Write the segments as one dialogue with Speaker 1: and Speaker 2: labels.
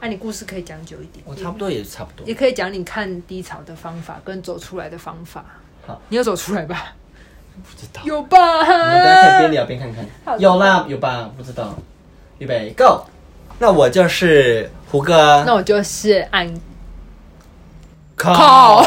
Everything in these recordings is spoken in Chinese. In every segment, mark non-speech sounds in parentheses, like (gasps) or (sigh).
Speaker 1: 啊你故事可以讲久一点，
Speaker 2: 我哦差不多也差不多
Speaker 1: 也。可以讲你看低潮的方法跟走出来的方法
Speaker 2: 好。
Speaker 1: 你有走出来吧？
Speaker 2: 不知道，
Speaker 1: 有吧？
Speaker 2: 我们大家可以边聊边看
Speaker 1: 呃好
Speaker 2: 看。
Speaker 1: 的
Speaker 2: 有啦，有吧？不知道。预备，Go！那我就是胡哥。
Speaker 1: 那我就是按
Speaker 2: 靠！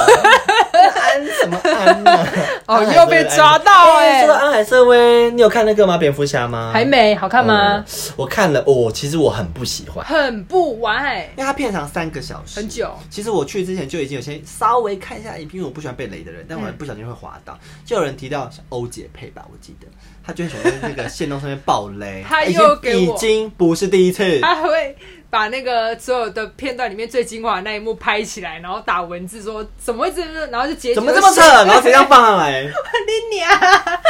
Speaker 2: 安什么安呢、
Speaker 1: (laughs) 哦
Speaker 2: 安海瑟薇
Speaker 1: 又被抓到
Speaker 2: 安
Speaker 1: 欸
Speaker 2: 说到安海瑟薇，你有看那个吗？蝙蝠侠吗？
Speaker 1: 还没好看吗
Speaker 2: 哦？我看了，哦，其实我很不喜欢，
Speaker 1: 很不歪，
Speaker 2: 因为它片长三个小时，
Speaker 1: 很久。
Speaker 2: 其实我去之前就已经有先稍微看一下影评，因为我不喜欢被雷的人，但我还
Speaker 1: 嗯
Speaker 2: 不小心会滑到，就有人提到欧姐配吧，我记得她就会想在那个线动上面爆
Speaker 1: (laughs)
Speaker 2: 雷，
Speaker 1: 他
Speaker 2: 已
Speaker 1: 又
Speaker 2: 经
Speaker 1: 给
Speaker 2: 已
Speaker 1: 我
Speaker 2: 经不是第
Speaker 1: (laughs)
Speaker 2: 一次，
Speaker 1: 他还会把那个所有的片段里面最精华的那一幕拍起来，然后打文字说怎么会这样，然后就结局
Speaker 2: 怎么这么
Speaker 1: (laughs)
Speaker 2: 扯？然后直接这样放上来，
Speaker 1: 你娘！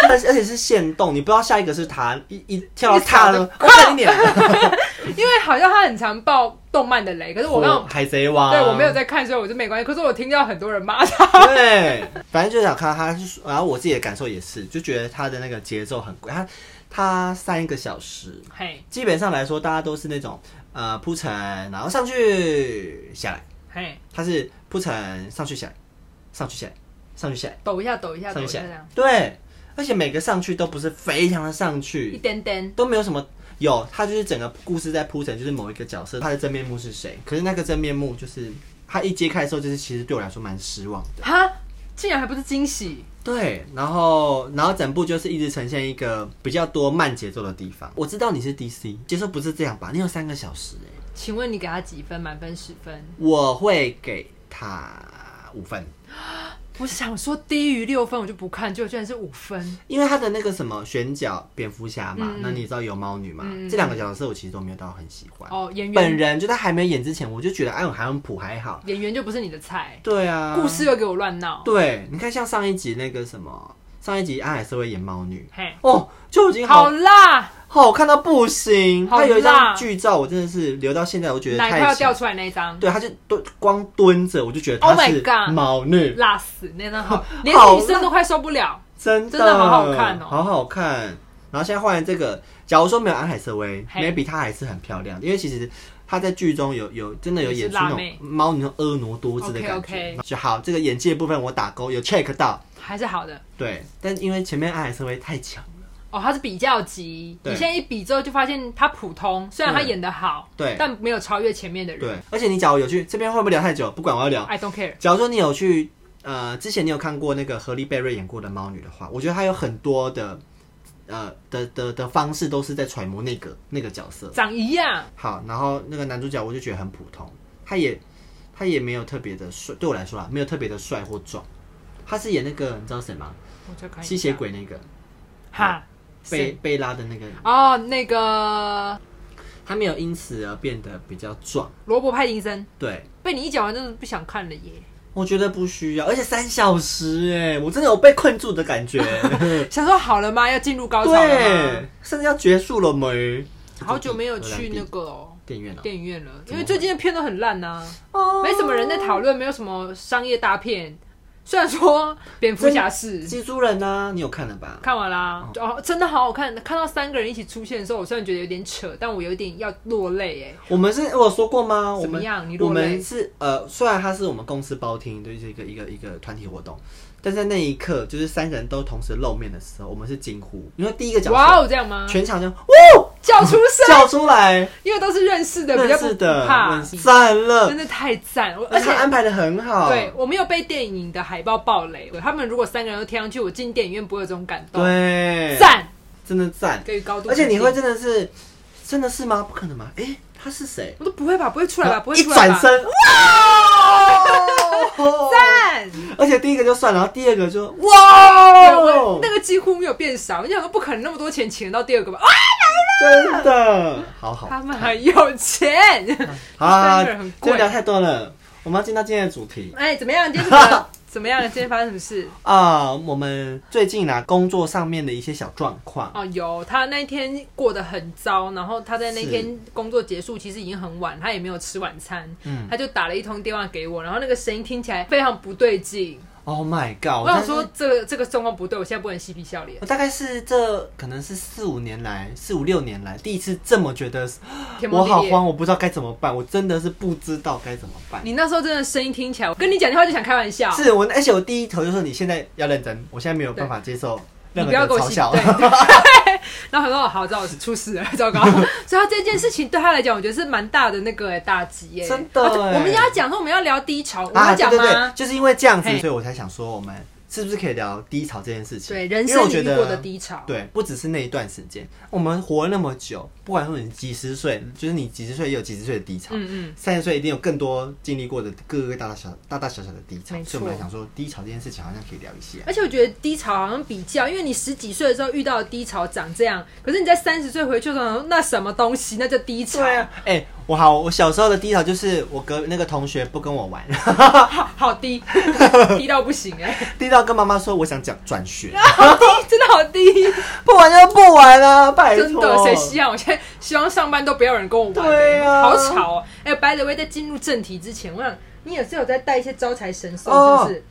Speaker 2: 而且而且是线动，你不知道下一个是他，一一跳到他
Speaker 1: (laughs)
Speaker 2: 哦
Speaker 1: 一
Speaker 2: 了，
Speaker 1: 跳
Speaker 2: 我看你脸， (laughs)
Speaker 1: 因为好像他很常爆动漫的雷，可是我刚
Speaker 2: 我
Speaker 1: 好
Speaker 2: 海贼王，
Speaker 1: 对我没有在看，所以我就没关系。可是我听到很多人骂他，
Speaker 2: 对，反正就想看他，是，然后我自己的感受也是，就觉得他的那个节奏很快，他他三个小时，
Speaker 1: 嘿
Speaker 2: 基本上来说，大家都是那种呃铺陈，然后上去下来，
Speaker 1: 嘿，
Speaker 2: 它是铺陈上去下来，上去下来，上去下来，
Speaker 1: 抖一下抖一下抖
Speaker 2: 上
Speaker 1: 一
Speaker 2: 去
Speaker 1: 下
Speaker 2: 下
Speaker 1: 这样
Speaker 2: 来，，对，而且每个上去都不是非常的上
Speaker 1: 一
Speaker 2: 去，
Speaker 1: 点点。
Speaker 2: 都没有什么。有，他就是整个故事在铺陈，就是某一个角色他的真面目是谁。可是那个真面目就是他一揭开的时候，就是其实对我来说蛮失望的。
Speaker 1: 哈，竟然还不是惊喜，
Speaker 2: 对，然后然后整部就是一直呈现一个比较多慢节奏的地方。我知道你是 DC，接受不是这样吧？你有三个小时哎、
Speaker 1: 请问你给他几分？满分十分？
Speaker 2: 我会给他五分，
Speaker 1: 我想说低于六分我就不看，结果居然是五分。
Speaker 2: 因为他的那个什么选角蝙蝠侠嘛，
Speaker 1: 嗯
Speaker 2: 那你知道有猫女嘛？
Speaker 1: 嗯
Speaker 2: 这两个角色我其实都没有到很喜欢。
Speaker 1: 哦，演
Speaker 2: 本
Speaker 1: 员
Speaker 2: 人就他还没演之前，我就觉得哎，我还很普还好。
Speaker 1: 演员就不是你的菜，
Speaker 2: 对啊，
Speaker 1: 故事又给我乱闹。
Speaker 2: 对，你看像上一集那个什么，上一集安海瑟薇演猫女，
Speaker 1: 嘿，
Speaker 2: 哦，就已经好
Speaker 1: 好辣，
Speaker 2: 好看到不行，
Speaker 1: 好
Speaker 2: 他有一
Speaker 1: 辣
Speaker 2: 张剧照，我真的是留到现在，我觉得
Speaker 1: 奶
Speaker 2: 太
Speaker 1: 快要
Speaker 2: 强
Speaker 1: 掉出来那一张，
Speaker 2: 对，他就蹲光蹲着，我就觉得
Speaker 1: Oh
Speaker 2: 他
Speaker 1: my
Speaker 2: 是
Speaker 1: God
Speaker 2: 毛女，
Speaker 1: 辣死那张好，连
Speaker 2: 好
Speaker 1: 女生
Speaker 2: 辣
Speaker 1: 都快受不了。
Speaker 2: 真
Speaker 1: 真的好好看哦
Speaker 2: 好好看。然后现在换了这个，假如说没有安海瑟薇
Speaker 1: 嘿
Speaker 2: ，maybe 她还是很漂亮的，因为其实她在剧中有有真的有演出那
Speaker 1: 也是辣
Speaker 2: 种
Speaker 1: 妹
Speaker 2: 猫女那种婀娜多姿的感
Speaker 1: OK，OK
Speaker 2: 觉。就好，这个演技的部分我打勾，有 check 到。
Speaker 1: 还是好的。
Speaker 2: 对，但因为前面安海瑟薇太强了，
Speaker 1: 哦，他是比较级，你
Speaker 2: 对
Speaker 1: 现在一比之后就发现他普通，虽然他演的好，
Speaker 2: 对
Speaker 1: 但没有超越前面的人。
Speaker 2: 对，而且你假如有去这边会不会聊太久？不管我要聊。
Speaker 1: I don't care。
Speaker 2: 假如说你有去呃，之前你有看过那个荷丽贝瑞演过的猫女的话，我觉得她有很多的呃的的的方式都是在揣摩那个那个角色。
Speaker 1: 长一样，
Speaker 2: 好，然后那个男主角我就觉得很普通，他也他也没有特别的帅，对我来说啦，没有特别的帅或壮。他是演那个你知道谁吗？
Speaker 1: 我就看一下
Speaker 2: 吸血鬼那个
Speaker 1: 哈
Speaker 2: 贝
Speaker 1: 谁？
Speaker 2: 贝拉的那个，
Speaker 1: 哦，那个
Speaker 2: 他没有因此而变得比较壮。
Speaker 1: 罗伯派丁森，
Speaker 2: 对，
Speaker 1: 被你一讲完，真的不想看了耶。
Speaker 2: 我觉得不需要，而且三小时哎，我真的有被困住的感觉。
Speaker 1: 想说好了吗？要进入 (laughs) 高潮了
Speaker 2: 对，甚至要结束了没？
Speaker 1: 吗？好久没有去那个哦
Speaker 2: 电影院了。
Speaker 1: 电影院了，因为最近的片都很烂呐、没什么人在讨论，没有什么商业大片。虽然说蝙蝠侠是
Speaker 2: 蜘蛛人呢？啊你有看了吧？
Speaker 1: 看完啦，哦，真的好好看。看到三个人一起出现的时候，我虽然觉得有点扯，但我有点要落泪哎。
Speaker 2: 我们是我有说过吗？我
Speaker 1: 怎么
Speaker 2: 们
Speaker 1: 样你落
Speaker 2: 我
Speaker 1: 泪
Speaker 2: 们是呃，虽然它是我们公司包厅，对，是一个一个一个团体活动，但在那一刻，就是三个人都同时露面的时候，我们是惊呼，因为第一个角
Speaker 1: 哇
Speaker 2: 色
Speaker 1: 哦，这样吗？
Speaker 2: 全场就哇
Speaker 1: 叫出声，
Speaker 2: 叫出来，
Speaker 1: 因为都是认识的，比较
Speaker 2: 认
Speaker 1: 不
Speaker 2: 识
Speaker 1: 不
Speaker 2: 的
Speaker 1: 怕
Speaker 2: 认，识赞
Speaker 1: 真
Speaker 2: 了，
Speaker 1: 的太赞。我而
Speaker 2: 而且
Speaker 1: 且
Speaker 2: 他安排的很好，
Speaker 1: 对我没有被电影的海报暴雷，他们如果三个人都贴上去，我进电影院不会有这种感动。
Speaker 2: 对，
Speaker 1: 赞，
Speaker 2: 真的赞，
Speaker 1: 给予高度肯定，
Speaker 2: 而且你会真的是真的是吗？不可能吗？诶，他是谁？
Speaker 1: 我都不会吧？不会出来吧？不会
Speaker 2: 一
Speaker 1: 出来
Speaker 2: 转
Speaker 1: 吧？
Speaker 2: 身，哇！
Speaker 1: (laughs) 赞，
Speaker 2: 而且第一个就算了，然后第二个就
Speaker 1: 对我
Speaker 2: 哇，哦
Speaker 1: 那个几乎没有变少。你想说不可能那么多钱请得到第二个吧？啊，
Speaker 2: 真的好好
Speaker 1: 他们很有
Speaker 2: (laughs)
Speaker 1: 钱。
Speaker 2: 好啊，
Speaker 1: 三个人很
Speaker 2: 这
Speaker 1: 贵
Speaker 2: 个聊太多了，我们要进到今天的主题
Speaker 1: 哎，怎么样？今天怎么样 (laughs) 怎么样？今天发生什么事？
Speaker 2: 啊。我们最近啊，工作上面的一些小状况，
Speaker 1: 哦，有他那一天过得很糟，然后他在那
Speaker 2: 是
Speaker 1: 天工作结束，其实已经很晚，他也没有吃晚餐，
Speaker 2: 嗯
Speaker 1: 他就打了一通电话给我，然后那个声音听起来非常不对劲，
Speaker 2: Oh my god！
Speaker 1: 我想说，这个这个状况不对，我现在不能嬉皮笑
Speaker 2: (laughs)
Speaker 1: 脸。
Speaker 2: 我大概是这可能是四五年来，四五六年来第一次这么觉得，
Speaker 1: 天崩
Speaker 2: 我
Speaker 1: 地
Speaker 2: 好
Speaker 1: 裂
Speaker 2: 慌，我不知道该怎么办，我真的是不知道该怎么办。
Speaker 1: 你那时候真的声音听起来，我跟你讲电话就想开玩笑，
Speaker 2: 是我，而且我第一头就说你现在要认真，我现在没有办法接受
Speaker 1: 你
Speaker 2: 任
Speaker 1: 不
Speaker 2: 何
Speaker 1: 要
Speaker 2: 的
Speaker 1: 给我
Speaker 2: 嘲
Speaker 1: 戏。
Speaker 2: 笑 (laughs)
Speaker 1: 对。， (laughs) 然后他说：“哦好，知道我出事了，糟糕。”所以他这件事情对他来讲，我觉得是蛮大的那个欸打击耶。
Speaker 2: 真的
Speaker 1: 哦这
Speaker 2: 欸
Speaker 1: 我们要讲说我们要聊低潮，我要
Speaker 2: 啊，对
Speaker 1: 讲
Speaker 2: 对对
Speaker 1: 吗，？
Speaker 2: 就是因为这样子，
Speaker 1: 嘿
Speaker 2: 所以我才想说我们是不是可以聊低潮这件事情？
Speaker 1: 对，人
Speaker 2: 因为
Speaker 1: 生
Speaker 2: 我
Speaker 1: 你
Speaker 2: 觉
Speaker 1: 遇
Speaker 2: 得
Speaker 1: 过的低潮，
Speaker 2: 对，不只是那一段时间，我们活了那么久，不管说你几十岁，就是你几十岁也有几十岁的低潮，
Speaker 1: 嗯嗯，
Speaker 2: 三十岁一定有更多经历过的各个大大小大大小小的低潮
Speaker 1: 没，错
Speaker 2: 所以我们来想说低潮这件事情好像可以聊一下。
Speaker 1: 而且我觉得低潮好像比较，因为你十几岁的时候遇到的低潮长这样，可是你在三十岁回去的时候，那什么东西那叫低潮？
Speaker 2: 对啊，哎、我好，我小时候的低潮就是我隔那个同学不跟我玩， (laughs)
Speaker 1: 好好低， (laughs) 低到不行哎、
Speaker 2: 低到跟妈妈说我想讲转学，
Speaker 1: 好低，真的好低，
Speaker 2: (laughs) 不玩就不玩啊，拜
Speaker 1: 真
Speaker 2: 托，
Speaker 1: 的，谁稀罕？我现在希望上班都不要有人跟我玩、欸
Speaker 2: 对啊
Speaker 1: 好吵哦、哎、白 by the way，在进入正题之前，我想你也是有在带一些招财神兽，
Speaker 2: 哦
Speaker 1: 是不是？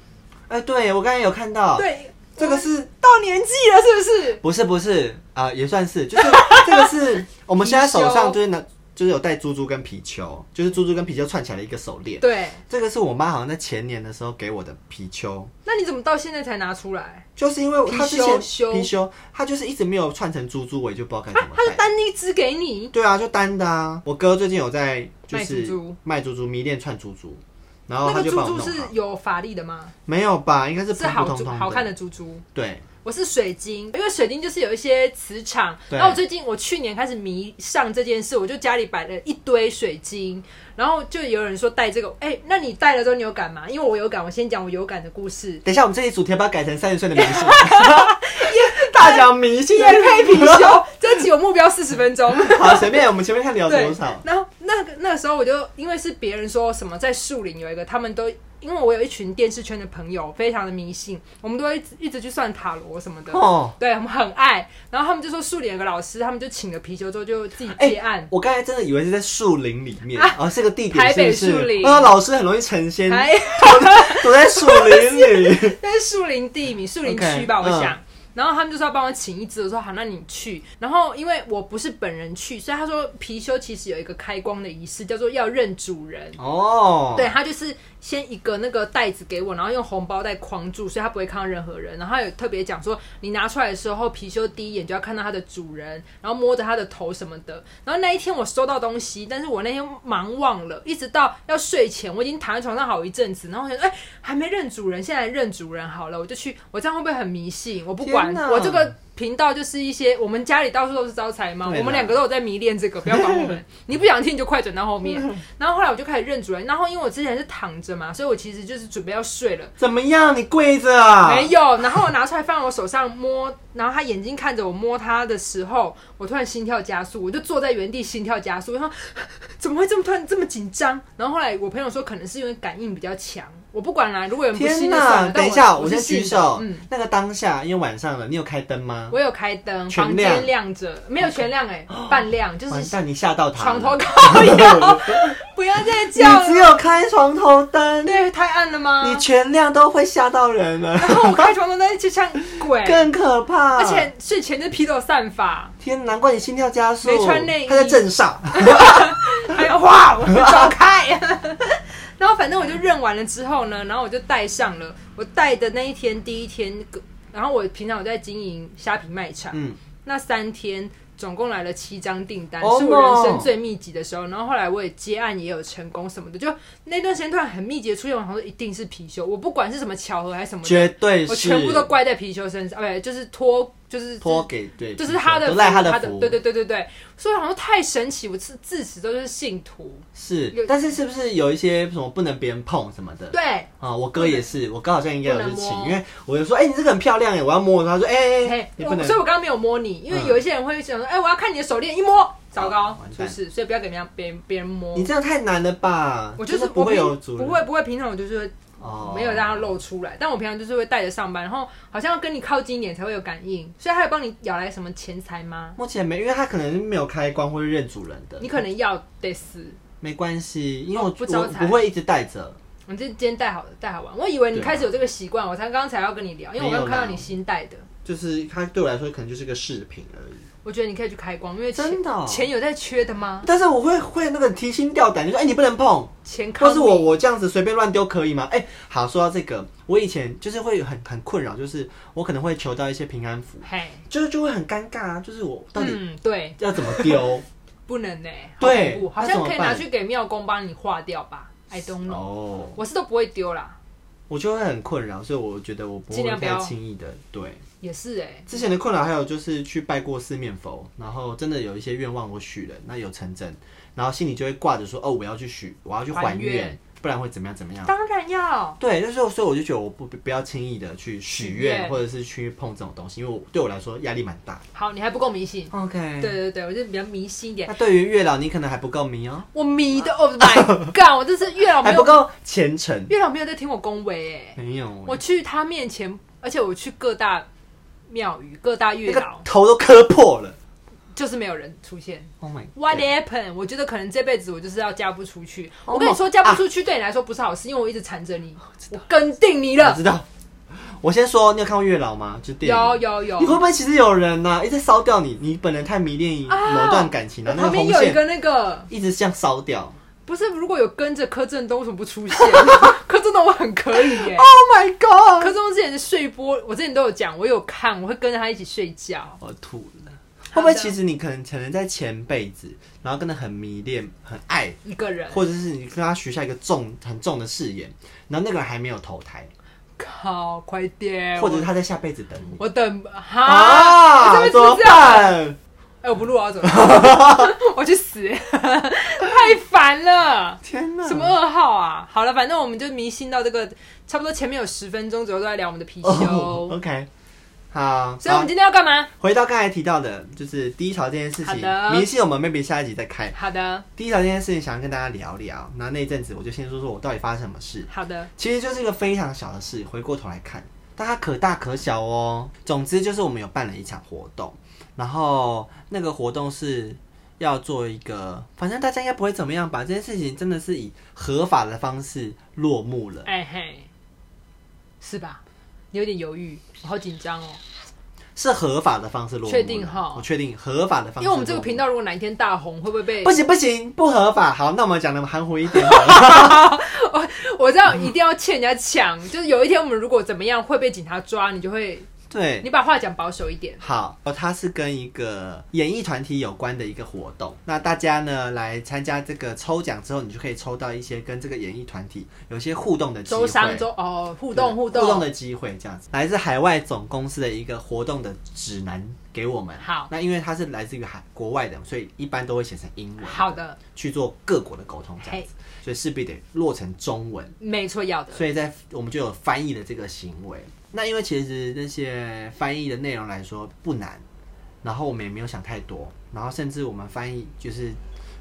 Speaker 2: 哎、对我刚才有看到，，
Speaker 1: 对，
Speaker 2: 这个是
Speaker 1: 到年纪了，是不是？
Speaker 2: 不是不是啊、也算是，就是 (laughs) 这个是我们现在手上就是拿，就是有戴珠珠跟皮球，就是珠珠跟皮球串起来的一个手链。
Speaker 1: 对，
Speaker 2: 这个是我妈好像在前年的时候给我的皮球，
Speaker 1: 那你怎么到现在才拿出来？
Speaker 2: 就是因为她之前
Speaker 1: 貔貅
Speaker 2: 貔貅，她就是一直没有串成珠珠，我也就不知道该怎么
Speaker 1: 他是
Speaker 2: 戴。
Speaker 1: 单一只给你，
Speaker 2: 对啊，就单的啊。我哥最近有在就
Speaker 1: 卖珠
Speaker 2: 是
Speaker 1: 珠
Speaker 2: 卖珠珠，迷恋串珠珠，然后
Speaker 1: 那
Speaker 2: 他
Speaker 1: 个
Speaker 2: 哦就
Speaker 1: 珠
Speaker 2: 帮我
Speaker 1: 珠
Speaker 2: 弄
Speaker 1: 是
Speaker 2: 好。
Speaker 1: 有法力的吗？
Speaker 2: 没有吧？应该是普
Speaker 1: 是
Speaker 2: 普
Speaker 1: 好
Speaker 2: 通
Speaker 1: 珠
Speaker 2: 通
Speaker 1: 好看的。珠珠。
Speaker 2: 对，
Speaker 1: 我是水晶，因为水晶就是有一些磁场。
Speaker 2: 对
Speaker 1: 然后我最近我去年开始迷上这件事，我就家里摆了一堆水晶，然后就有人说戴这个，哎、那你戴了之后你有感吗？因为我有感，我先讲我有感的故
Speaker 2: (laughs)
Speaker 1: 事。
Speaker 2: 等一下我们这一主题要不要改成三十岁的
Speaker 1: (laughs)
Speaker 2: 迷信？大讲迷信，
Speaker 1: 也配貔貅，这集我目标四十分钟。
Speaker 2: (laughs) 好，随便，我们前面看聊
Speaker 1: 对
Speaker 2: 多少，。
Speaker 1: 然后那个那个时候我就因为是别人说什么在树林有一个，他们都因为我有一群电视圈的朋友非常的迷信，我们都会一直一直去算塔罗什么的。
Speaker 2: 哦，
Speaker 1: 对，我们很爱。然后他们就说树林有个老师，他们就请了貔貅之后就自己
Speaker 2: 哎
Speaker 1: 接案。
Speaker 2: 我刚才真的以为是在树林里面，
Speaker 1: 啊
Speaker 2: 啊，这个地点
Speaker 1: 台北
Speaker 2: 是不是
Speaker 1: 树林
Speaker 2: 我说老师很容易成仙， (laughs)
Speaker 1: 还
Speaker 2: 躲在树林里。
Speaker 1: (laughs) 那是树林地名、树林区
Speaker 2: OK，
Speaker 1: 吧，我
Speaker 2: 嗯
Speaker 1: 想。然后他们就说要帮我请一只，我说好，那你去。然后因为我不是本人去，所以他说貔貅其实有一个开光的仪式，叫做要认主人。
Speaker 2: 哦，
Speaker 1: 对，，他就是先一个那个袋子给我，然后用红包袋框住，所以他不会看到任何人。然后他有特别讲说，你拿出来的时候，貔貅第一眼就要看到它的主人，然后摸着它的头什么的。然后那一天我收到东西，但是我那天忙忘了，一直到要睡前，我已经躺在床上好一阵子，然后我想说，哎、还没认主人，现在认主人好了，我就去。我这样会不会很迷信？我不管
Speaker 2: 天，哪
Speaker 1: 我这个。频道就是一些我们家里到处都是招财猫，
Speaker 2: 对啦
Speaker 1: 我们两个都有在迷恋这个，不要管我
Speaker 2: (laughs)
Speaker 1: 们。你不想听你就快转到后面。
Speaker 2: 嗯
Speaker 1: 然后后来我就开始认主人，然后因为我之前是躺着嘛，所以我其实就是准备要睡了，
Speaker 2: 怎么样？你跪着啊？
Speaker 1: 没有。然后我拿出来放我手上摸，然后他眼睛看着我摸他的时候，我突然心跳加速，我就坐在原地心跳加速，我说 (laughs) 怎么会这么突然这么紧张？然后后来我朋友说可能是因为感应比较强，我不管啦，如果有人不
Speaker 2: 天
Speaker 1: 信就算了。但
Speaker 2: 等一下，
Speaker 1: 我
Speaker 2: 先
Speaker 1: 是
Speaker 2: 举
Speaker 1: 信的
Speaker 2: 手
Speaker 1: 嗯。
Speaker 2: 那个当下，因为晚上了，你有开灯吗？
Speaker 1: 我有开灯，
Speaker 2: 全
Speaker 1: 房
Speaker 2: 亮
Speaker 1: 间亮着，没有全亮哎、半亮，就是
Speaker 2: 完蛋，你吓到他
Speaker 1: 床
Speaker 2: 了。 (laughs)
Speaker 1: 头靠腰， (laughs) 不要再叫
Speaker 2: 你只
Speaker 1: 了。
Speaker 2: 有开床头灯，
Speaker 1: 对，啊太暗了吗？
Speaker 2: 你全亮都会吓到
Speaker 1: (laughs)
Speaker 2: 人了，
Speaker 1: 然后我开床头灯就像
Speaker 2: (laughs)
Speaker 1: 鬼，
Speaker 2: 更可怕。
Speaker 1: 而且睡前就披头散发，
Speaker 2: 天，难怪你心跳加速。
Speaker 1: 没穿内衣
Speaker 2: 他在镇上。
Speaker 1: 还有哎哇，我走开。 (laughs) 然后反正我就认完了之后呢，然后我就戴上了。我戴的那一天第一天，然后我平常我在经营虾皮卖场，
Speaker 2: 嗯，
Speaker 1: 那三天总共来了七张订单，
Speaker 2: Oh
Speaker 1: 是我人
Speaker 2: no
Speaker 1: 生最密集的时候。然后后来我也接案也有成功什么的，就那段时间突然很密集的出现，我想说一定是貔貅，我不管是什么巧合还是什么的，
Speaker 2: 绝对是。
Speaker 1: 我全部都怪在貔貅身上，哎，就是托就是
Speaker 2: 托给对，
Speaker 1: 就是他的
Speaker 2: 都赖他的
Speaker 1: 他
Speaker 2: 福，
Speaker 1: 对对对对对，所以好像太神奇，我自自始都是信徒，
Speaker 2: 是
Speaker 1: 有。
Speaker 2: 但是是不是有一些什么不能别人碰什么的？
Speaker 1: 对，
Speaker 2: 啊，我哥也是，我哥好像应该有事情
Speaker 1: 不能，摸
Speaker 2: 因为我就说，哎，你这个很漂亮哎，我要摸，他说，哎哎
Speaker 1: 嘿
Speaker 2: 哎，你
Speaker 1: 我
Speaker 2: 不能
Speaker 1: 所以，我刚刚没有摸你，因为
Speaker 2: 嗯
Speaker 1: 有一些人会想说，哎，我要看你的手链，一摸，糟糕
Speaker 2: 哦完，
Speaker 1: 出
Speaker 2: 蛋
Speaker 1: 事，所以不要给别人别人别人摸
Speaker 2: 你。这样太难了吧？
Speaker 1: 我就
Speaker 2: 真
Speaker 1: 是
Speaker 2: 的不会有
Speaker 1: 我
Speaker 2: 主
Speaker 1: 平
Speaker 2: 人，
Speaker 1: 不会不会，平常我就是会
Speaker 2: 哦
Speaker 1: 没有让它露出来，但我平常就是会带着上班，然后好像要跟你靠近一点才会有感应，所以他有帮你咬来什么钱财吗？
Speaker 2: 目前没，因为他可能没有开关或是认主人的
Speaker 1: 你，可能要得死
Speaker 2: 没关系，因为我
Speaker 1: 哦不招
Speaker 2: 我
Speaker 1: 财
Speaker 2: 不会一直带着，
Speaker 1: 你这今天带好的带好玩，我以为你
Speaker 2: 对啊
Speaker 1: 开始有这个习惯，我才刚才要跟你聊，因为我
Speaker 2: 没有
Speaker 1: 刚看到
Speaker 2: 啦
Speaker 1: 你新带的，
Speaker 2: 就是它对我来说可能就是个饰品而已。
Speaker 1: 我觉得你可以去开光，因为钱
Speaker 2: 真的哦
Speaker 1: 钱有在缺的吗？
Speaker 2: 但是我会会那个提心吊胆，就说哎、你不能碰，
Speaker 1: 钱靠
Speaker 2: 或
Speaker 1: 你
Speaker 2: 是我我这样子随便乱丢可以吗？哎、好，说到这个，我以前就是会很很困扰，就是我可能会求到一些平安符，
Speaker 1: 嘿，
Speaker 2: 就是就会很尴尬啊，就是我到底
Speaker 1: 嗯，对，
Speaker 2: 要怎么
Speaker 1: (laughs)
Speaker 2: 丢？
Speaker 1: 不能呢、好
Speaker 2: 对
Speaker 1: 恐怖好
Speaker 2: 那怎
Speaker 1: 像
Speaker 2: 么
Speaker 1: 可以
Speaker 2: 办
Speaker 1: 拿去给庙公帮你化掉吧？I don't know，、
Speaker 2: 哦，
Speaker 1: 我是都不会丢啦，
Speaker 2: 我就会很困扰，所以我觉得我不
Speaker 1: 尽
Speaker 2: 会
Speaker 1: 量不
Speaker 2: 太
Speaker 1: 要
Speaker 2: 轻易的对。
Speaker 1: 也是哎、
Speaker 2: 之前的困扰还有就是去拜过四面佛，然后真的有一些愿望我许了，那有成真，然后心里就会挂着说哦，我要去许，我要去还
Speaker 1: 还愿
Speaker 2: 愿，不然会怎么样怎么样。
Speaker 1: 当然要，
Speaker 2: 对，就是所以我就觉得我不不要轻易的去许
Speaker 1: 许
Speaker 2: 愿
Speaker 1: 愿
Speaker 2: 或者是去碰这种东西，因为我对我来说压力蛮大。
Speaker 1: 好，你还不够迷信。
Speaker 2: OK，
Speaker 1: 对。对对，我就比较迷信一点
Speaker 2: 那。对于月老，你可能还不够迷哦，
Speaker 1: 我迷的，Oh my God！我这是月老哦没
Speaker 2: 还不
Speaker 1: 有，
Speaker 2: 够虔诚。
Speaker 1: 月老没有在听我恭维哎、
Speaker 2: 没有，欸
Speaker 1: 我去他面前，而且我去各大庙宇、各大月
Speaker 2: 那个
Speaker 1: 老，
Speaker 2: 头都磕破了。
Speaker 1: 就是没有人出现。
Speaker 2: Oh my
Speaker 1: What
Speaker 2: God
Speaker 1: happened？我觉得可能这辈子我就是要嫁不出去。
Speaker 2: Oh
Speaker 1: 我跟你说，
Speaker 2: my-
Speaker 1: 嫁不出去对你来说不是好事，因为我一直缠着你，我跟定你
Speaker 2: 啊我
Speaker 1: 了。
Speaker 2: 知道。我先说，你有看过月老吗？就电影。
Speaker 1: 有有有
Speaker 2: 你会不会其实有人呢、一直烧掉你？你本人太迷恋于
Speaker 1: 啊
Speaker 2: 某段感情了、
Speaker 1: 我
Speaker 2: 那
Speaker 1: 旁
Speaker 2: 个
Speaker 1: 边
Speaker 2: 红
Speaker 1: 有一
Speaker 2: 线
Speaker 1: 个那个，
Speaker 2: 一直像烧掉。
Speaker 1: 不是如果有跟着柯震东，为什么不
Speaker 2: (laughs)
Speaker 1: 出现？柯震东我很可以耶、
Speaker 2: Oh my god！
Speaker 1: 柯震东之前的睡波，我之前都有讲，我有看，我会跟着他一起睡觉。
Speaker 2: 我吐了。
Speaker 1: 好的
Speaker 2: 会不会其实你可能可能在前辈子，然后真的很迷恋、很爱，
Speaker 1: 一个人，
Speaker 2: 或者是你跟他许下一个重很重的誓言，然后那个人还没有投胎，
Speaker 1: 靠，快点！
Speaker 2: 或者是他在下辈子等你
Speaker 1: 我等哈，
Speaker 2: 啊
Speaker 1: 我？
Speaker 2: 怎
Speaker 1: 上面是
Speaker 2: 么
Speaker 1: 这样。
Speaker 2: 办？
Speaker 1: 哎、我不录啊，我走了，
Speaker 2: (laughs)
Speaker 1: 我去死，太烦了。
Speaker 2: 天哪！
Speaker 1: 什么二号啊？好了，反正我们就迷信到这个，差不多前面有十分钟左右都在聊我们的貔貅
Speaker 2: 哦？OK，好。
Speaker 1: 哎所以我们今天要干嘛？
Speaker 2: 回到刚才提到的，就是低潮这件事
Speaker 1: 好
Speaker 2: 情
Speaker 1: 的，
Speaker 2: 明细我们 maybe 下一集再开。
Speaker 1: 好的，
Speaker 2: 低潮这件事情，想要跟大家聊聊。那那一阵子，我就先说说我到底发生什么事。
Speaker 1: 好的，
Speaker 2: 其实就是一个非常小的事，回过头来看，但它可大可小哦。总之就是我们有办了一场活动，然后那个活动是要做一个，反正大家应该不会怎么样吧？这件事情真的是以合法的方式落幕了。
Speaker 1: 哎、嘿，是吧？你有点犹豫，我好紧张哦，
Speaker 2: 是合法的方式落幕了，
Speaker 1: 确定哈
Speaker 2: 我确定合法的方式落幕。
Speaker 1: 因为我们这个频道如果哪一天大红，会不会被
Speaker 2: 不？行不行，不合法。好，那我们讲的含糊一点
Speaker 1: (laughs)
Speaker 2: 好了
Speaker 1: 我这样一定要欠人家抢，就是有一天我们如果怎么样会被警察抓，你就会，
Speaker 2: 对，
Speaker 1: 你把话讲保守一点。
Speaker 2: 好，哦它是跟一个演艺团体有关的一个活动。那大家呢来参加这个抽奖之后，你就可以抽到一些跟这个演艺团体有一些互动的机会，
Speaker 1: 周商周哦，互动
Speaker 2: 对
Speaker 1: 互动
Speaker 2: 互动的机会，这样子。来自海外总公司的一个活动的指南给我们。
Speaker 1: 好，
Speaker 2: 那因为它是来自于海国外的，所以一般都会写成英文，
Speaker 1: 好的，
Speaker 2: 去做各国的沟通这样
Speaker 1: 嘿
Speaker 2: 子，，所以势必得落成中文。
Speaker 1: 没错，要的。
Speaker 2: 所以在我们就有翻译的这个行为。那因为其实那些翻译的内容来说不难，然后我们也没有想太多，然后甚至我们翻译就是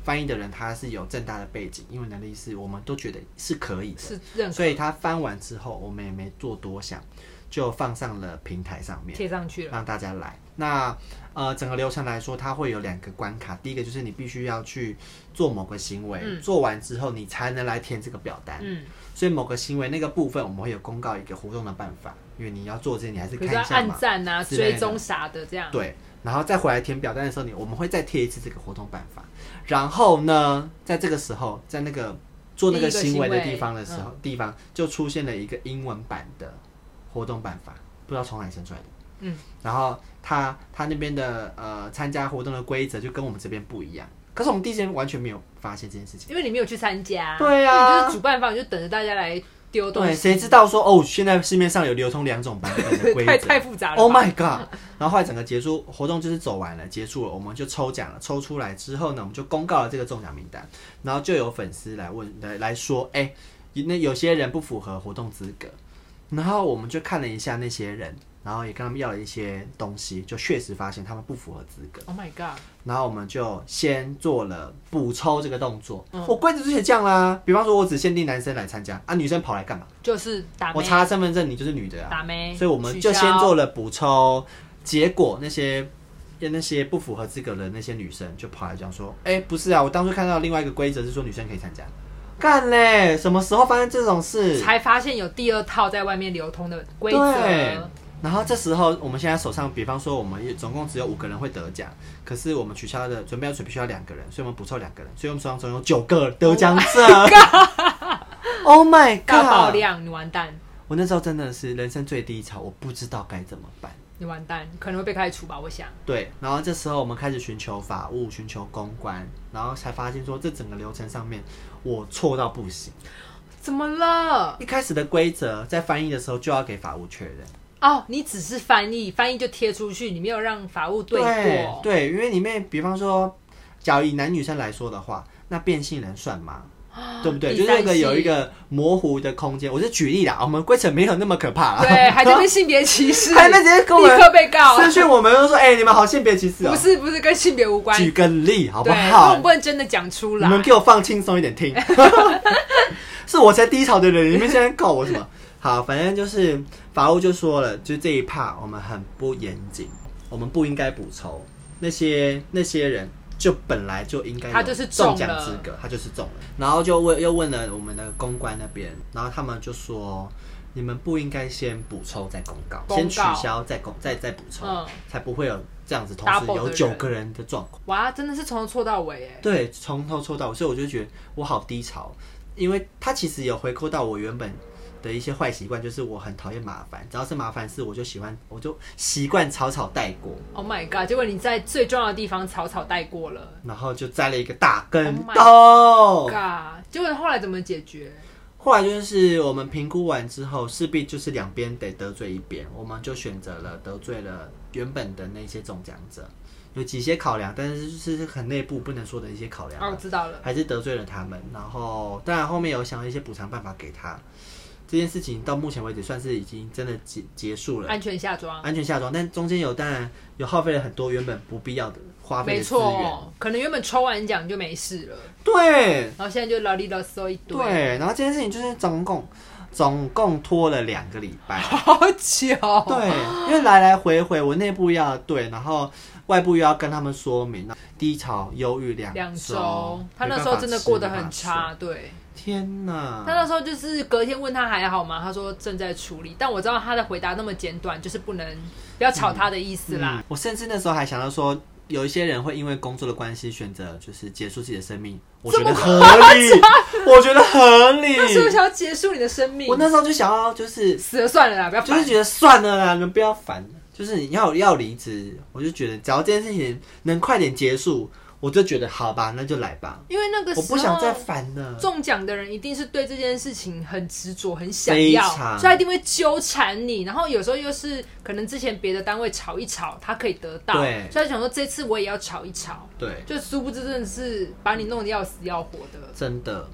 Speaker 2: 翻译的人他是有正大的背景，英文能力是我们都觉得是可以
Speaker 1: 是
Speaker 2: 的，
Speaker 1: 认可
Speaker 2: 所以他翻完之后我们也没做多想，就放上了平台上面。
Speaker 1: 贴上去了。
Speaker 2: 让大家来。那呃，整个流程来说，它会有两个关卡，第一个就是你必须要去做某个行为，
Speaker 1: 嗯
Speaker 2: 做完之后你才能来填这个表单。
Speaker 1: 嗯，
Speaker 2: 所以某个行为那个部分，我们会有公告一个活动的办法，因为你要做这些，你还是
Speaker 1: 比
Speaker 2: 看
Speaker 1: 如说
Speaker 2: 一下
Speaker 1: 按
Speaker 2: 嘛。
Speaker 1: 赞啊、
Speaker 2: 之类
Speaker 1: 追
Speaker 2: 的
Speaker 1: 踪啥的这样。
Speaker 2: 对，然后再回来填表单的时候，你我们会再贴一次这个活动办法。然后呢，在这个时候，在那个做那个
Speaker 1: 第一个行
Speaker 2: 行
Speaker 1: 为
Speaker 2: 为的地方的时候，
Speaker 1: 嗯
Speaker 2: 地方就出现了一个英文版的活动办法，不知道从哪里生出来的。
Speaker 1: 嗯，
Speaker 2: 然后他他那边的呃参加活动的规则就跟我们这边不一样，可是我们第一时间完全没有发现这件事情。
Speaker 1: 因为你没有去参加，
Speaker 2: 对啊
Speaker 1: 因为你就是主办方，你就等着大家来丢东
Speaker 2: 对，
Speaker 1: 西， (laughs)
Speaker 2: 谁知道说哦，现在市面上有流通两种版本的规
Speaker 1: 太
Speaker 2: 则
Speaker 1: 太。复杂了吧。
Speaker 2: Oh my god！然后后来整个结束活动就是走完了，结束了，我们就抽奖了。抽出来之后呢，我们就公告了这个中奖名单，然后就有粉丝来问来来说，哎、那有些人不符合活动资格，然后我们就看了一下那些人，然后也跟他们要了一些东西，就确实发现他们不符合资格。
Speaker 1: Oh my god！
Speaker 2: 然后我们就先做了补抽这个动作。
Speaker 1: 嗯
Speaker 2: 我规则就写这样啦，比方说我只限定男生来参加啊，女生跑来干嘛？
Speaker 1: 就是打
Speaker 2: 我
Speaker 1: 啊没
Speaker 2: 查身份证，你就是女的啊。
Speaker 1: 打没，
Speaker 2: 所以我们就
Speaker 1: 哎取消
Speaker 2: 先做了补抽，结果那些那些不符合资格的那些女生就跑来讲说：“哎、不是啊，我当初看到另外一个规则是说女生可以参加，干嘞，什么时候发生这种事？
Speaker 1: 才发现有第二套在外面流通的规
Speaker 2: 对
Speaker 1: 则。
Speaker 2: 然后这时候，我们现在手上，比方说我们也总共只有五个人会得奖，可是我们取消的准备要准必须要两个人，所以我们补凑两个人，所以我们手上总有九个得奖者。Oh
Speaker 1: (laughs)
Speaker 2: my
Speaker 1: 大爆
Speaker 2: god！
Speaker 1: 量，你完蛋，
Speaker 2: 我那时候真的是人生最低潮，我不知道该怎么办。
Speaker 1: 你完蛋，可能会被开除吧？我想，
Speaker 2: 对，然后这时候我们开始寻求法务，寻求公关，然后才发现说这整个流程上面我错到不行。
Speaker 1: 怎么了？
Speaker 2: 一开始的规则在翻译的时候就要给法务确认。
Speaker 1: 哦，你只是翻译，翻译就贴出去，你没有让法务对过。
Speaker 2: 对，因为里面比方说，假如以男女生来说的话，那变性人算吗？对不对？
Speaker 1: 啊第
Speaker 2: 就是
Speaker 1: 三
Speaker 2: 那个有一
Speaker 1: 性
Speaker 2: 个模糊的空间。我是举例啦，我们规程没有那么可怕啦。
Speaker 1: (laughs) 对，
Speaker 2: (laughs)
Speaker 1: 还在被性别歧视，
Speaker 2: 还在直接跟我
Speaker 1: 立
Speaker 2: 们
Speaker 1: 刻被告。
Speaker 2: 私讯我们就说，哎、你们好性别歧视
Speaker 1: (laughs)
Speaker 2: 哦、
Speaker 1: 不是不是跟性别无关，
Speaker 2: 举个例好不
Speaker 1: 对，因为我
Speaker 2: 好
Speaker 1: 们？不能真的讲出
Speaker 2: 你
Speaker 1: 来。
Speaker 2: 们给我放轻松一
Speaker 1: (laughs)
Speaker 2: 点听。是我才低潮的人，你们现在告我什么？好，反正就是法务就说了，就这一趴我们很不严谨，我们不应该补酬那些那些人。就本来就应该有
Speaker 1: 他就是中
Speaker 2: 中
Speaker 1: 了
Speaker 2: 奖资格，他就是中了，然后就问又问了我们的公关那边，然后他们就说你们不应该先补抽再公告，
Speaker 1: 公告
Speaker 2: 先取消再公再再补抽，
Speaker 1: 嗯
Speaker 2: 才不会有这样子同时
Speaker 1: Double
Speaker 2: 有
Speaker 1: 的
Speaker 2: 九
Speaker 1: 人
Speaker 2: 个人的状况。
Speaker 1: 哇，真的是从头错到尾哎。
Speaker 2: 对，从头抽到尾，所以我就觉得我好低潮，因为它其实有回扣到我原本的一些坏习惯，就是我很讨厌麻烦，只要是麻烦事，我就喜欢，我就习惯草草带过，
Speaker 1: Oh my god！结果你在最重要的地方草草带过了。
Speaker 2: 然后就栽了一个大跟
Speaker 1: Oh my
Speaker 2: 头。
Speaker 1: God！结果后来怎么解决？
Speaker 2: 后来就是我们评估完之后，势必就是两边得得罪一边，我们就选择了得罪了原本的那些中奖者，有几些考量，但是就是很内部不能说的一些考量
Speaker 1: 哦，
Speaker 2: 啊。
Speaker 1: 我知道了。
Speaker 2: 还是得罪了他们。然后，当然后面有想一些补偿办法给他。这件事情到目前为止算是已经真的结结束了，
Speaker 1: 安全下装，
Speaker 2: 安全下装，但中间有当然有耗费了很多原本不必要的花费
Speaker 1: 没
Speaker 2: 的资源。
Speaker 1: 错，可能原本抽完奖就没事了，
Speaker 2: 对
Speaker 1: 然后现在就劳里劳嗦一堆，
Speaker 2: 对，然后这件事情就是总共总共拖了两个礼拜。
Speaker 1: 好久。
Speaker 2: 对，因啊为来来回回，我内部要对，然后外部又要跟他们说明，那低潮、忧郁两
Speaker 1: 两
Speaker 2: 周
Speaker 1: 周，，他那时候真的过得很
Speaker 2: 没办法
Speaker 1: 差，对。
Speaker 2: 吃。天哪！
Speaker 1: 他那时候就是隔天问他还好吗，他说正在处理，但我知道他的回答那么简短，就是不能不要吵他的意思啦。
Speaker 2: 嗯我甚至那时候还想到说，有一些人会因为工作的关系选择就是结束自己的生命，我觉得合
Speaker 1: (laughs)
Speaker 2: 理，我觉得合理
Speaker 1: 他。是不是想要结束你的生命
Speaker 2: 我？那时候就想要就是
Speaker 1: 死了算了啦，不要
Speaker 2: 就
Speaker 1: 烦
Speaker 2: 是。觉得算了啦，你们不要烦，就是你要要离职，我就觉得只要这件事情能快点结束，我就觉得好吧，那就来吧，
Speaker 1: 因为那个时
Speaker 2: 我
Speaker 1: 候
Speaker 2: 不想再烦了。
Speaker 1: 中奖的人一定是对这件事情很执着、很想
Speaker 2: 非
Speaker 1: 要，
Speaker 2: 常
Speaker 1: 所以他一定会纠缠你。然后有时候又是可能之前别的单位吵一吵，他可以得到，
Speaker 2: 对
Speaker 1: 所以他想说这次我也要吵一吵，
Speaker 2: 对，
Speaker 1: 就殊不知真的是把你弄得要死要活的。
Speaker 2: 真的。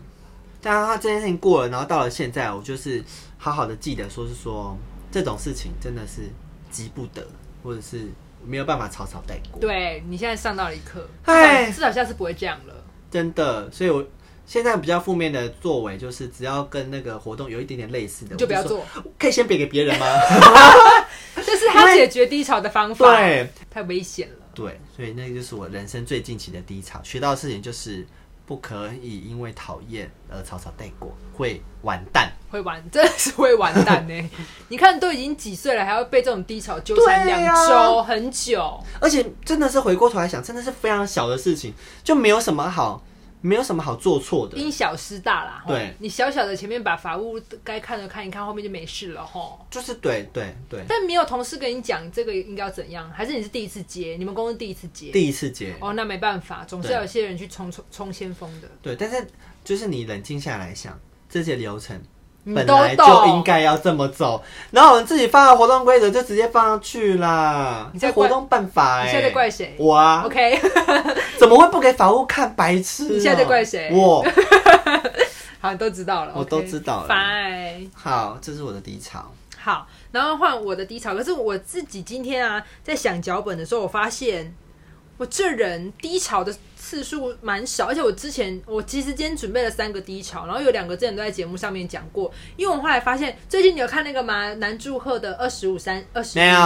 Speaker 2: 但他这件事情过了，然后到了现在，我就是好好的记得，说是说这种事情真的是急不得，或者是没有办法草草带过，
Speaker 1: 对你现在上到了一课，
Speaker 2: 唉
Speaker 1: 至少至少下次不会这样了。
Speaker 2: 真的。所以我现在比较负面的作为，就是只要跟那个活动有一点点类似的，
Speaker 1: 你就不要
Speaker 2: 我
Speaker 1: 做，
Speaker 2: 说，可以先别给别人
Speaker 1: (laughs)
Speaker 2: 吗？ (laughs)
Speaker 1: 这是他解决低潮的方法，
Speaker 2: 对
Speaker 1: 太危险了。
Speaker 2: 对，所以那个就是我人生最近期的低潮，学到的事情就是不可以因为讨厌而草草带过，会完蛋。
Speaker 1: 会完，真的是会完蛋呢、
Speaker 2: (laughs)
Speaker 1: 你看，都已经几岁了，还要被这种低潮纠缠
Speaker 2: 对
Speaker 1: 两
Speaker 2: 呀
Speaker 1: 周，很久。
Speaker 2: 而且真的是回过头来想，真的是非常小的事情，就没有什么好，没有什么好做错的。
Speaker 1: 因小失大啦，吼
Speaker 2: 啊对
Speaker 1: 你小小的前面把法务该看的看一看，后面就没事了吼。
Speaker 2: 就是对对对，
Speaker 1: 但没有同事跟你讲这个应该要怎样，还是你是第一次接，你们公司第一次接？
Speaker 2: 第一次接，
Speaker 1: 哦，那没办法，总是
Speaker 2: 对
Speaker 1: 要有些人去冲冲冲先锋的，
Speaker 2: 对，但是就是你冷静下来想这些流程。
Speaker 1: 你
Speaker 2: 本
Speaker 1: 都
Speaker 2: 来就应
Speaker 1: 懂。
Speaker 2: 该要这么走，然后我们自己发了活动规则就直接放上去啦。
Speaker 1: 你
Speaker 2: 这
Speaker 1: 在
Speaker 2: 活
Speaker 1: 怪
Speaker 2: 动办法哎、
Speaker 1: 你现在在怪谁
Speaker 2: 我啊，
Speaker 1: OK，
Speaker 2: 怎么会不给法务看？白痴、啊
Speaker 1: 你现在在怪谁
Speaker 2: 我。
Speaker 1: 好，你都知道了，
Speaker 2: 我都知道了
Speaker 1: OK，拜。
Speaker 2: 好，这是我的低潮。
Speaker 1: 好，然后换我的低潮。可是我自己今天啊，在想脚本的时候，我发现我这人低潮的次数蛮少，而且我之前我其实今天准备了三个低潮，然后有两个之前都在节目上面讲过。因为我后来发现，最近你有看那个吗？南柱赫的二十五三二十
Speaker 2: 没有，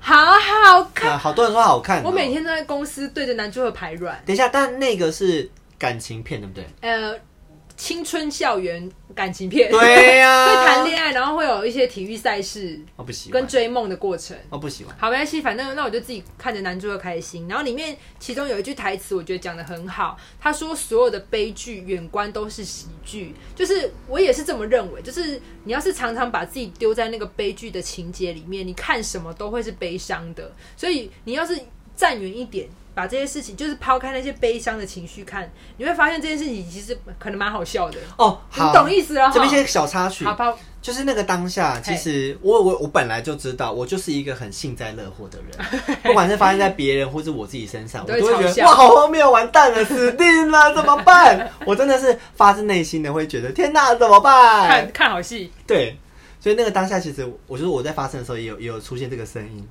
Speaker 1: 好好看。
Speaker 2: 啊，好多人说好看哦、
Speaker 1: 嗯我每天都在公司对着南柱赫排卵，
Speaker 2: 等一下，但那个是感情片，对不对？
Speaker 1: 呃，青春校园感情 (laughs) 片，
Speaker 2: 对啊呀
Speaker 1: 会谈恋爱，然后会有一些体育赛事
Speaker 2: 我不喜欢哦
Speaker 1: 跟，追梦的过程。
Speaker 2: 我不喜欢。
Speaker 1: 好，没关系，反正那我就自己看着男主角开心。然后里面其中有一句台词，我觉得讲的很好。他说：“所有的悲剧远观都是喜剧。”就是我也是这么认为。就是你要是常常把自己丢在那个悲剧的情节里面，你看什么都会是悲伤的。所以你要是站远一点，把这些事情就是抛开那些悲伤的情绪看，你会发现这件事情其实可能蛮好笑的。
Speaker 2: 哦，
Speaker 1: 你
Speaker 2: 好，
Speaker 1: 懂意思了哈？
Speaker 2: 这边一些小插曲
Speaker 1: 好，，抛
Speaker 2: 就是那个当下，其实我我我本来就知道，我就是一个很幸灾乐祸的
Speaker 1: (laughs)
Speaker 2: 人，不管是发生在别人或是我自己身上，我
Speaker 1: 都会
Speaker 2: 都会觉
Speaker 1: 嘲
Speaker 2: 得
Speaker 1: 笑
Speaker 2: 哇，好荒谬，完蛋了，死定了， (laughs) 怎么办？我真的是发自内心的会觉得，天哪，怎么办
Speaker 1: 看？看好戏，
Speaker 2: 对，所以那个当下，其实我就是我在发生的时候，也有也有出现这个声音，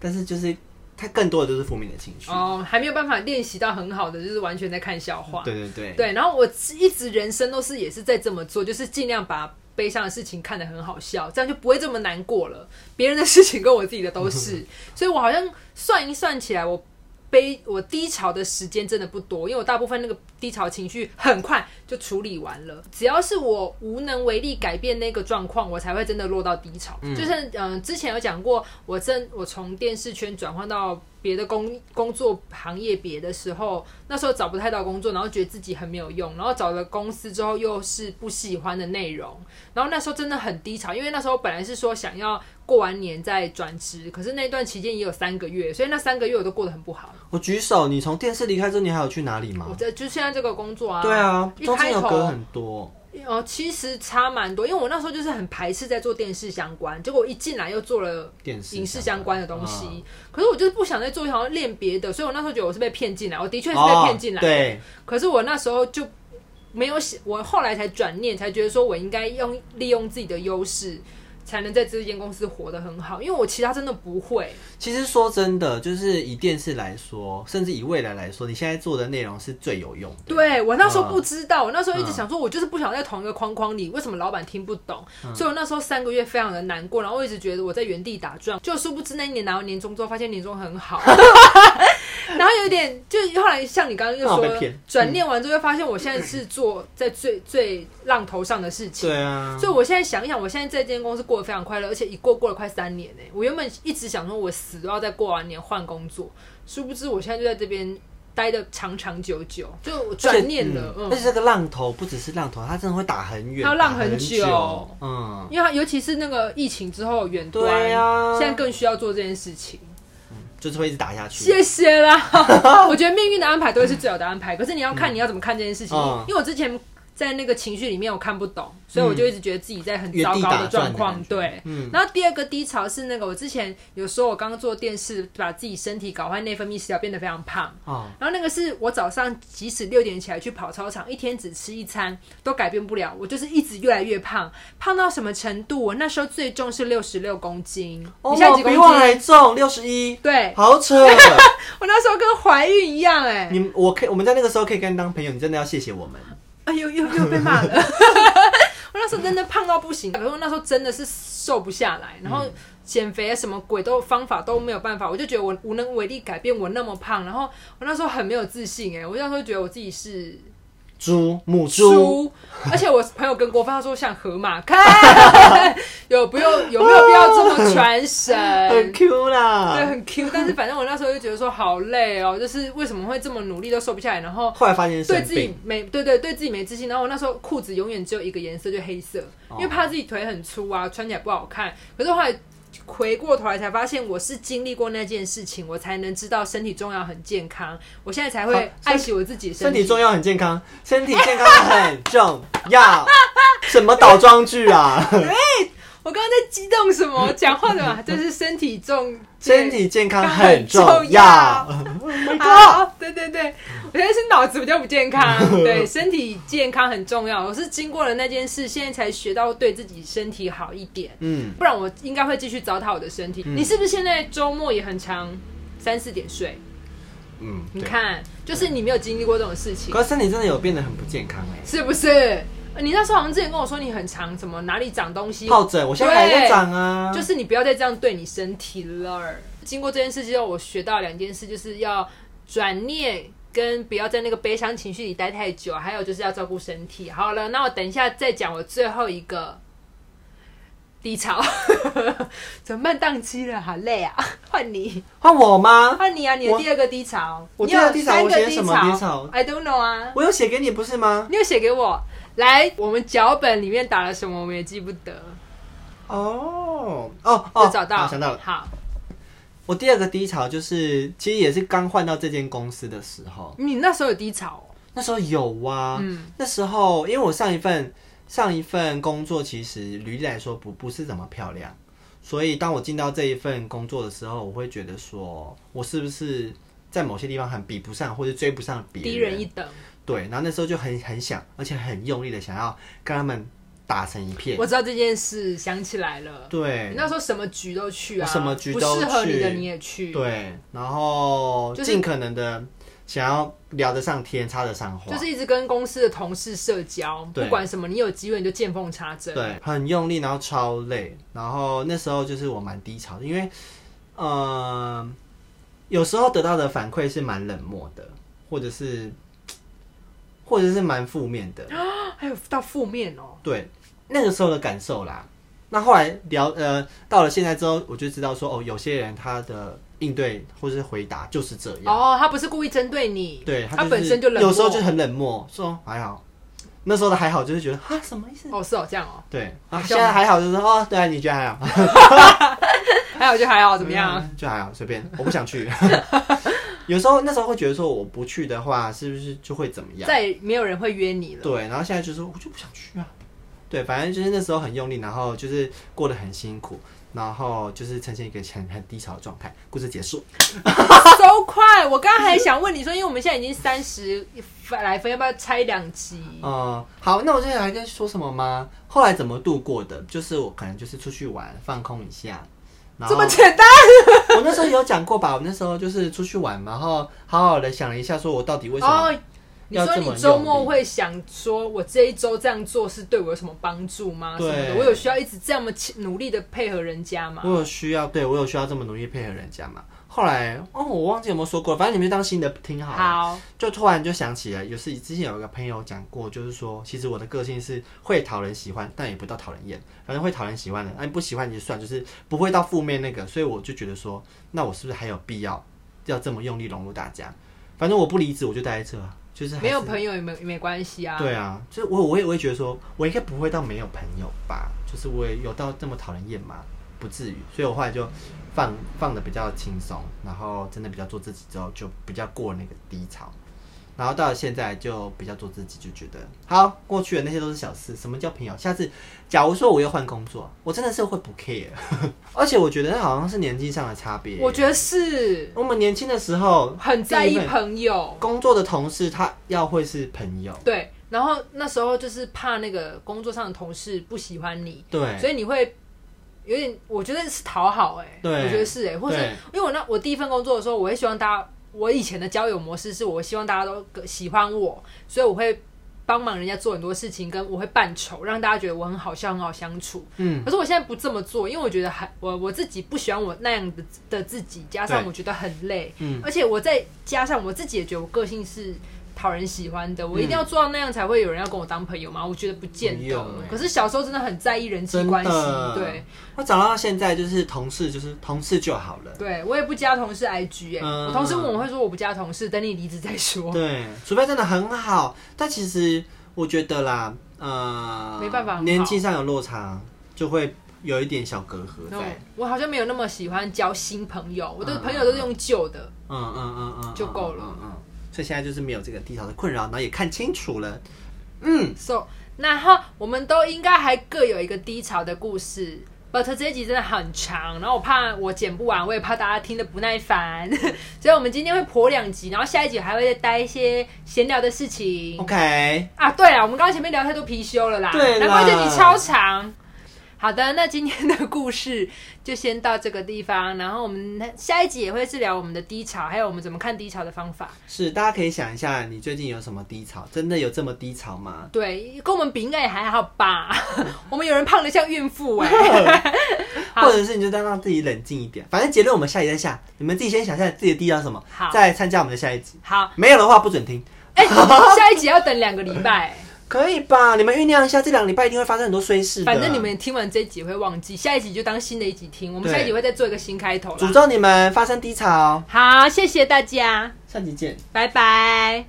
Speaker 2: 但是就是它更多的都是负面的情绪。
Speaker 1: 哦，还没有办法练习到很好的，就是完全在看笑话。
Speaker 2: 对对对，
Speaker 1: 对，然后我一直人生都是也是在这么做，就是尽量把悲伤的事情看得很好笑，这样就不会这么难过了。别人的事情跟我自己的都是，所以我好像算一算起来，我悲我低潮的时间真的不多，因为我大部分那个低潮情绪很快就处理完了。只要是我无能为力改变那个状况，我才会真的落到低潮。就是嗯、呃之前有讲过，我真我从电视圈转换到别的工工作行业别的时候，那时候找不太到工作，然后觉得自己很没有用，然后找了公司之后又是不喜欢的内容，然后那时候真的很低潮，因为那时候本来是说想要过完年再转职，可是那段期间也有三个月，所以那三个月我都过得很不好。
Speaker 2: 我举手，你从电视离开之后，你还有去哪里
Speaker 1: 我
Speaker 2: 吗？
Speaker 1: 这就现哦在这个工作啊，
Speaker 2: 对啊，
Speaker 1: 一
Speaker 2: 中间
Speaker 1: 开
Speaker 2: 有隔
Speaker 1: 头
Speaker 2: 很多。
Speaker 1: 哦，其实差蛮多，因为我那时候就是很排斥在做电视相关，结果我一进来又做了
Speaker 2: 电视
Speaker 1: 影视相关的东西，
Speaker 2: 嗯
Speaker 1: 可是我就是不想再做，想要练别的，所以我那时候觉得我是被骗进来，我的确是被骗进来
Speaker 2: 哦
Speaker 1: 的、
Speaker 2: 对，
Speaker 1: 可是我那时候就没有想，我后来才转念，才觉得说我应该用利用自己的优势，才能在这间公司活得很好，因为我其他真的不会。
Speaker 2: 其实说真的，就是以电视来说，甚至以未来来说，你现在做的内容是最有用的。
Speaker 1: 对我那时候
Speaker 2: 嗯
Speaker 1: 不知道，我那时候一直想说，我就是不想在同一个框框里，为什么老板听不懂？
Speaker 2: 嗯
Speaker 1: 所以我那时候三个月非常的难过，然后我一直觉得我在原地打转，就殊不知那一年拿到年终之后，发现年终很
Speaker 2: (laughs)
Speaker 1: 好，然后有点就后来像你刚刚又
Speaker 2: 那我被
Speaker 1: 说
Speaker 2: 骗，嗯
Speaker 1: 转念完之后发现我现在是做在最最浪头上的事情。
Speaker 2: 对啊，
Speaker 1: 所以我现在想一想，我现在在这间公司过得非常快乐，而且一过过了快三年呢、我原本一直想说，我死都要在过完年换工作，殊不知我现在就在这边待的长长久久，就我转念了，嗯
Speaker 2: 而且嗯而且这个浪头不只是浪头，它真的会打很远，
Speaker 1: 它浪
Speaker 2: 打
Speaker 1: 很
Speaker 2: 很
Speaker 1: 久
Speaker 2: 嗯，
Speaker 1: 因为它尤其是那个疫情之后远端，
Speaker 2: 对啊
Speaker 1: 现在更需要做这件事情。
Speaker 2: 就是会一直打下去。
Speaker 1: 谢谢啦，
Speaker 2: (laughs)
Speaker 1: 我觉得命运的安排都会是最好的安排，可是你要看你要怎么看这件事情，
Speaker 2: 嗯
Speaker 1: 因为我之前。在那个情绪里面，我看不懂，所以我就一直觉得自己在很
Speaker 2: 原
Speaker 1: 糟
Speaker 2: 地
Speaker 1: 糕
Speaker 2: 打
Speaker 1: 的
Speaker 2: 转
Speaker 1: 状
Speaker 2: 的
Speaker 1: 况。
Speaker 2: 感觉
Speaker 1: 对，
Speaker 2: 嗯，
Speaker 1: 然后第二个低潮是那个，我之前有说我刚做电视，把自己身体搞坏内分泌失调，变得非常胖。
Speaker 2: 哦，
Speaker 1: 然后那个是我早上即使六点起来去跑操场，一天只吃一餐都改变不了，我就是一直越来越胖，胖到什么程度？我那时候最重是六十六公斤，
Speaker 2: 哦
Speaker 1: 你现在几
Speaker 2: 比我
Speaker 1: 公
Speaker 2: 还
Speaker 1: 斤？
Speaker 2: 重，六十一，
Speaker 1: 对
Speaker 2: 好扯。 (laughs)
Speaker 1: 我那时候跟怀孕一样哎、
Speaker 2: 你我可以，我们在那个时候可以跟你当朋友，你真的要谢谢我们。
Speaker 1: 哎呦，又又被骂
Speaker 2: (laughs)
Speaker 1: 了。 (laughs) 我那时候真的胖到不行，可是我那时候真的是瘦不下来，然后
Speaker 2: 嗯
Speaker 1: 减肥啊什么鬼都方法都没有办法，我就觉得我无能为力改变我那么胖，然后我那时候很没有自信哎、我那时候觉得我自己是
Speaker 2: 猪母猪，
Speaker 1: 猪，而且我朋友跟郭帆说像河马，看 (laughs) 有不用有没有必要这么传
Speaker 2: (laughs) 很
Speaker 1: 神？
Speaker 2: Q
Speaker 1: 对，
Speaker 2: 啦。
Speaker 1: 很 Q，但是反正我那时候就觉得说好累哦，就是为什么会这么努力都瘦不下来，然后
Speaker 2: 后来发现是
Speaker 1: 对
Speaker 2: 生
Speaker 1: 自己
Speaker 2: 病，
Speaker 1: 没对对对自己没自信，然后我那时候裤子永远只有一个颜色，就黑色，
Speaker 2: 哦
Speaker 1: 因为怕自己腿很粗啊，穿起来不好看。可是后来回过头来才发现，我是经历过那件事情，我才能知道身体重要很健康，我现在才
Speaker 2: 好
Speaker 1: 会爱惜我自己的
Speaker 2: 身
Speaker 1: 身
Speaker 2: 体重要很健康，身体健康很重
Speaker 1: (laughs)
Speaker 2: 要。什么倒装句啊？
Speaker 1: 我刚刚在激动什么？讲话的
Speaker 2: (laughs)
Speaker 1: 嘛，就是身体重，
Speaker 2: 身体健康
Speaker 1: 很
Speaker 2: 很
Speaker 1: 重
Speaker 2: 重
Speaker 1: 要
Speaker 2: 要。Oh
Speaker 1: 好，对对对，我现在是脑子比较不健康，
Speaker 2: (laughs)
Speaker 1: 对身体健康很重要。我是经过了那件事，现在才学到对自己身体好一点。
Speaker 2: 嗯，
Speaker 1: 不然我应该会继续糟蹋我的身体。你是不是现在周末也很长三四点睡？
Speaker 2: 嗯，
Speaker 1: 你
Speaker 2: 对。
Speaker 1: 看，就是你没有经历过这种事情，
Speaker 2: 可是身体真的有变得很不健康哎、
Speaker 1: 是不是？你那时候好像之前跟我说你很长什么哪里长东西，
Speaker 2: 疱疹我现在还在长啊，
Speaker 1: 就是你不要再这样对你身体了。经过这件事之后，我学到两件事，就是要转念跟不要在那个悲伤情绪里待太久，还有就是要照顾身体。好了，那我等一下再讲我最后一个低潮， (laughs) 怎么办？宕机了，好累啊！换你，
Speaker 2: 换我吗？
Speaker 1: 换你啊！你的
Speaker 2: 我
Speaker 1: 第二个低潮，
Speaker 2: 我
Speaker 1: 你
Speaker 2: 第二
Speaker 1: 有
Speaker 2: 个低潮
Speaker 1: 三
Speaker 2: 我
Speaker 1: 个
Speaker 2: 写
Speaker 1: 低
Speaker 2: 什么低
Speaker 1: 潮
Speaker 2: 潮
Speaker 1: ？I don't know 啊，
Speaker 2: 我有写给你不是吗？
Speaker 1: 你有写给我。来，我们脚本里面打了什么，我们也记不得，
Speaker 2: 哦哦
Speaker 1: 就
Speaker 2: 哦，
Speaker 1: 找到，
Speaker 2: 好想到了。
Speaker 1: 好，
Speaker 2: 我第二个低潮就是，其实也是刚换到这间公司的时候，
Speaker 1: 你那时候有低潮哦、
Speaker 2: 那时候有啊，
Speaker 1: 嗯
Speaker 2: 那时候因为我上一份上一份工作其实履历来说不不是怎么漂亮，所以当我进到这一份工作的时候，我会觉得说我是不是在某些地方很比不上或者追不上别
Speaker 1: 低人一等。
Speaker 2: 对，然后那时候就很很想，而且很用力的想要跟他们打成一片。
Speaker 1: 我知道这件事，想起来了。你
Speaker 2: 对
Speaker 1: 那时候什么局都去啊，
Speaker 2: 我什么局都
Speaker 1: 不适合你的
Speaker 2: 去
Speaker 1: 你也去，
Speaker 2: 对，然后
Speaker 1: 就是
Speaker 2: 尽可能的想要聊得上天，插得上话。
Speaker 1: 就是一直跟公司的同事社交，
Speaker 2: 对
Speaker 1: 不管什么，你有机会你就见缝插针。
Speaker 2: 对，很用力，然后超累，然后那时候就是我蛮低潮的，因为，呃，有时候得到的反馈是蛮冷漠的，或者是，或者是蛮负面
Speaker 1: (gasps)
Speaker 2: 的，
Speaker 1: 啊 (gasps) 还有到负面哦，
Speaker 2: 对，那个时候的感受啦。那后来聊，呃，到了现在之后，我就知道说，哦，有些人他的应对或是回答就是这样，
Speaker 1: 哦，他不是故意针对你，
Speaker 2: 对
Speaker 1: 他
Speaker 2: 就是
Speaker 1: 本身就冷漠，
Speaker 2: 有时候就很冷漠，说还好，那时候的还好就是觉得啊什么意思？
Speaker 1: 哦是哦这样哦，
Speaker 2: 对
Speaker 1: 好
Speaker 2: 啊，现
Speaker 1: 像
Speaker 2: 在还好就是说哦，对啊，你觉得还好。
Speaker 1: 还好就还好，怎么样？
Speaker 2: 嗯？就还好，随便， (laughs) 我不想去。有时候那时候会觉得说，我不去的话，是不是就会怎么样？
Speaker 1: 再也没有人会约你了。
Speaker 2: 对，然后现在就说，我就不想去啊。对，反正就是那时候很用力，然后就是过得很辛苦，然后就是呈现一个很很低潮的状态。故事结束。
Speaker 1: so 快！我刚刚还想问你说，因为我们现在已经三十来分，要不要拆两集？
Speaker 2: 嗯，好，那我接下来该说什么吗？后来怎么度过的？就是我可能就是出去玩，放空一下。然
Speaker 1: 这
Speaker 2: 后
Speaker 1: 么简单？
Speaker 2: 我那时候有讲过吧，我那时候就是出去玩，然后好好的想了一下，说我到底为什么
Speaker 1: 哦，你说你周末会想说，我这一周这样做是对我有什么帮助吗？什
Speaker 2: 对
Speaker 1: 么的，我有需要一直这么努力的配合人家吗？
Speaker 2: 我有需要，对我有需要这么努力配合人家嘛？后来哦，我忘记有没有说过，反正你们就当新的听好了。
Speaker 1: 好，
Speaker 2: 就突然就想起来，有是之前有一个朋友讲过，就是说，其实我的个性是会讨人喜欢，但也不到讨人厌，反正会讨人喜欢的，哎，不喜欢也就算，就是不会到负面那个，所以我就觉得说，那我是不是还有必要要这么用力融入大家？反正我不离职，我就待在这啊，就是还是
Speaker 1: 没有朋友也没也没关系啊。
Speaker 2: 对啊，就是我我也我也觉得说，我应该不会到没有朋友吧？就是我也有到这么讨人厌吗？不至于，所以我后来就放放的比较轻松，然后真的比较做自己之后，就比较过那个低潮，然后到了现在就比较做自己，就觉得好过去的那些都是小事。什么叫朋友？下次假如说我又换工作，我真的是会不 care，而 (laughs) 且我觉得那好像是年纪上的差别。
Speaker 1: 我觉得是
Speaker 2: 我们年轻的时候
Speaker 1: 很在意
Speaker 2: 第一份
Speaker 1: 朋友，
Speaker 2: 工作的同事，他要会是朋友，
Speaker 1: 对。然后那时候就是怕那个工作上的同事不喜欢你，
Speaker 2: 对，
Speaker 1: 所以你会有点，我觉得是讨好哎、
Speaker 2: 对
Speaker 1: 我觉得是哎、或是
Speaker 2: 对
Speaker 1: 因为我那我第一份工作的时候，我会希望大家，我以前的交友模式是我希望大家都喜欢我，所以我会帮忙人家做很多事情，跟我会扮丑，让大家觉得我很好笑，很好相处。
Speaker 2: 嗯。
Speaker 1: 可是我现在不这么做，因为我觉得还我我自己不喜欢我那样的的自己，加上
Speaker 2: 对
Speaker 1: 我觉得很累，
Speaker 2: 嗯
Speaker 1: 而且我再加上我自己也觉得我个性是讨人喜欢的，我一定要做到那样才会有人要跟我当朋友吗？我觉得不见
Speaker 2: 嗯没
Speaker 1: 得。
Speaker 2: 有欸
Speaker 1: 可是小时候真的很在意人际
Speaker 2: 真
Speaker 1: 关系，
Speaker 2: 的
Speaker 1: 对，
Speaker 2: 我长到现在就是同事，就是同事就好了。
Speaker 1: 对我也不加同事 IG 哎、
Speaker 2: 嗯
Speaker 1: 我同事问我会说我不加同事，等你离职再说，
Speaker 2: 对，除非真的很好，但其实我觉得啦，呃，
Speaker 1: 没办法很好
Speaker 2: 年纪上有落差，就会有一点小隔阂
Speaker 1: 然
Speaker 2: 在
Speaker 1: 后。我好像没有那么喜欢交新朋友，我的
Speaker 2: 嗯
Speaker 1: 朋友都是用旧的。
Speaker 2: 嗯嗯嗯嗯嗯，
Speaker 1: 就够了
Speaker 2: 嗯嗯。嗯所以现在就是没有这个低潮的困扰，然后也看清楚了。
Speaker 1: So，然后我们都应该还各有一个低潮的故事。But 这一集真的很长，然后我怕我剪不完，我也怕大家听得不耐烦， (laughs) 所以我们今天会破两集，然后下一集还会再带一些闲聊的事情。
Speaker 2: OK，
Speaker 1: 啊，对了，我们刚刚前面聊太多貔貅了啦，
Speaker 2: 对啦
Speaker 1: 难怪这集超长。好的，那今天的故事就先到这个地方，然后我们下一集也会是聊我们的低潮，还有我们怎么看低潮的方法。
Speaker 2: 是大家可以想一下，你最近有什么低潮？真的有这么低潮吗？
Speaker 1: (laughs) 欸
Speaker 2: (laughs) 哦
Speaker 1: 对，跟我们比应该也还好吧。我们有人胖的像孕妇哎、
Speaker 2: 或者是你就再让自己冷静一点。反正结论我们下集再下，你们自己先想一下自己的第一要什么，
Speaker 1: 好
Speaker 2: 再来参加我们的下一集。
Speaker 1: 好，
Speaker 2: 没有的话不准听， (laughs)
Speaker 1: 哎、下一集要等两个礼拜、
Speaker 2: 可以吧？你们酝酿一下，这两个礼拜一定会发生很多衰事的。
Speaker 1: 反正你们听完这一集会忘记，下一集就当新的一集听。我们
Speaker 2: 对
Speaker 1: 下一集会再做一个新开头啦
Speaker 2: 诅咒你们发生低潮，
Speaker 1: 好，谢谢大家，
Speaker 2: 下集见。
Speaker 1: 拜拜。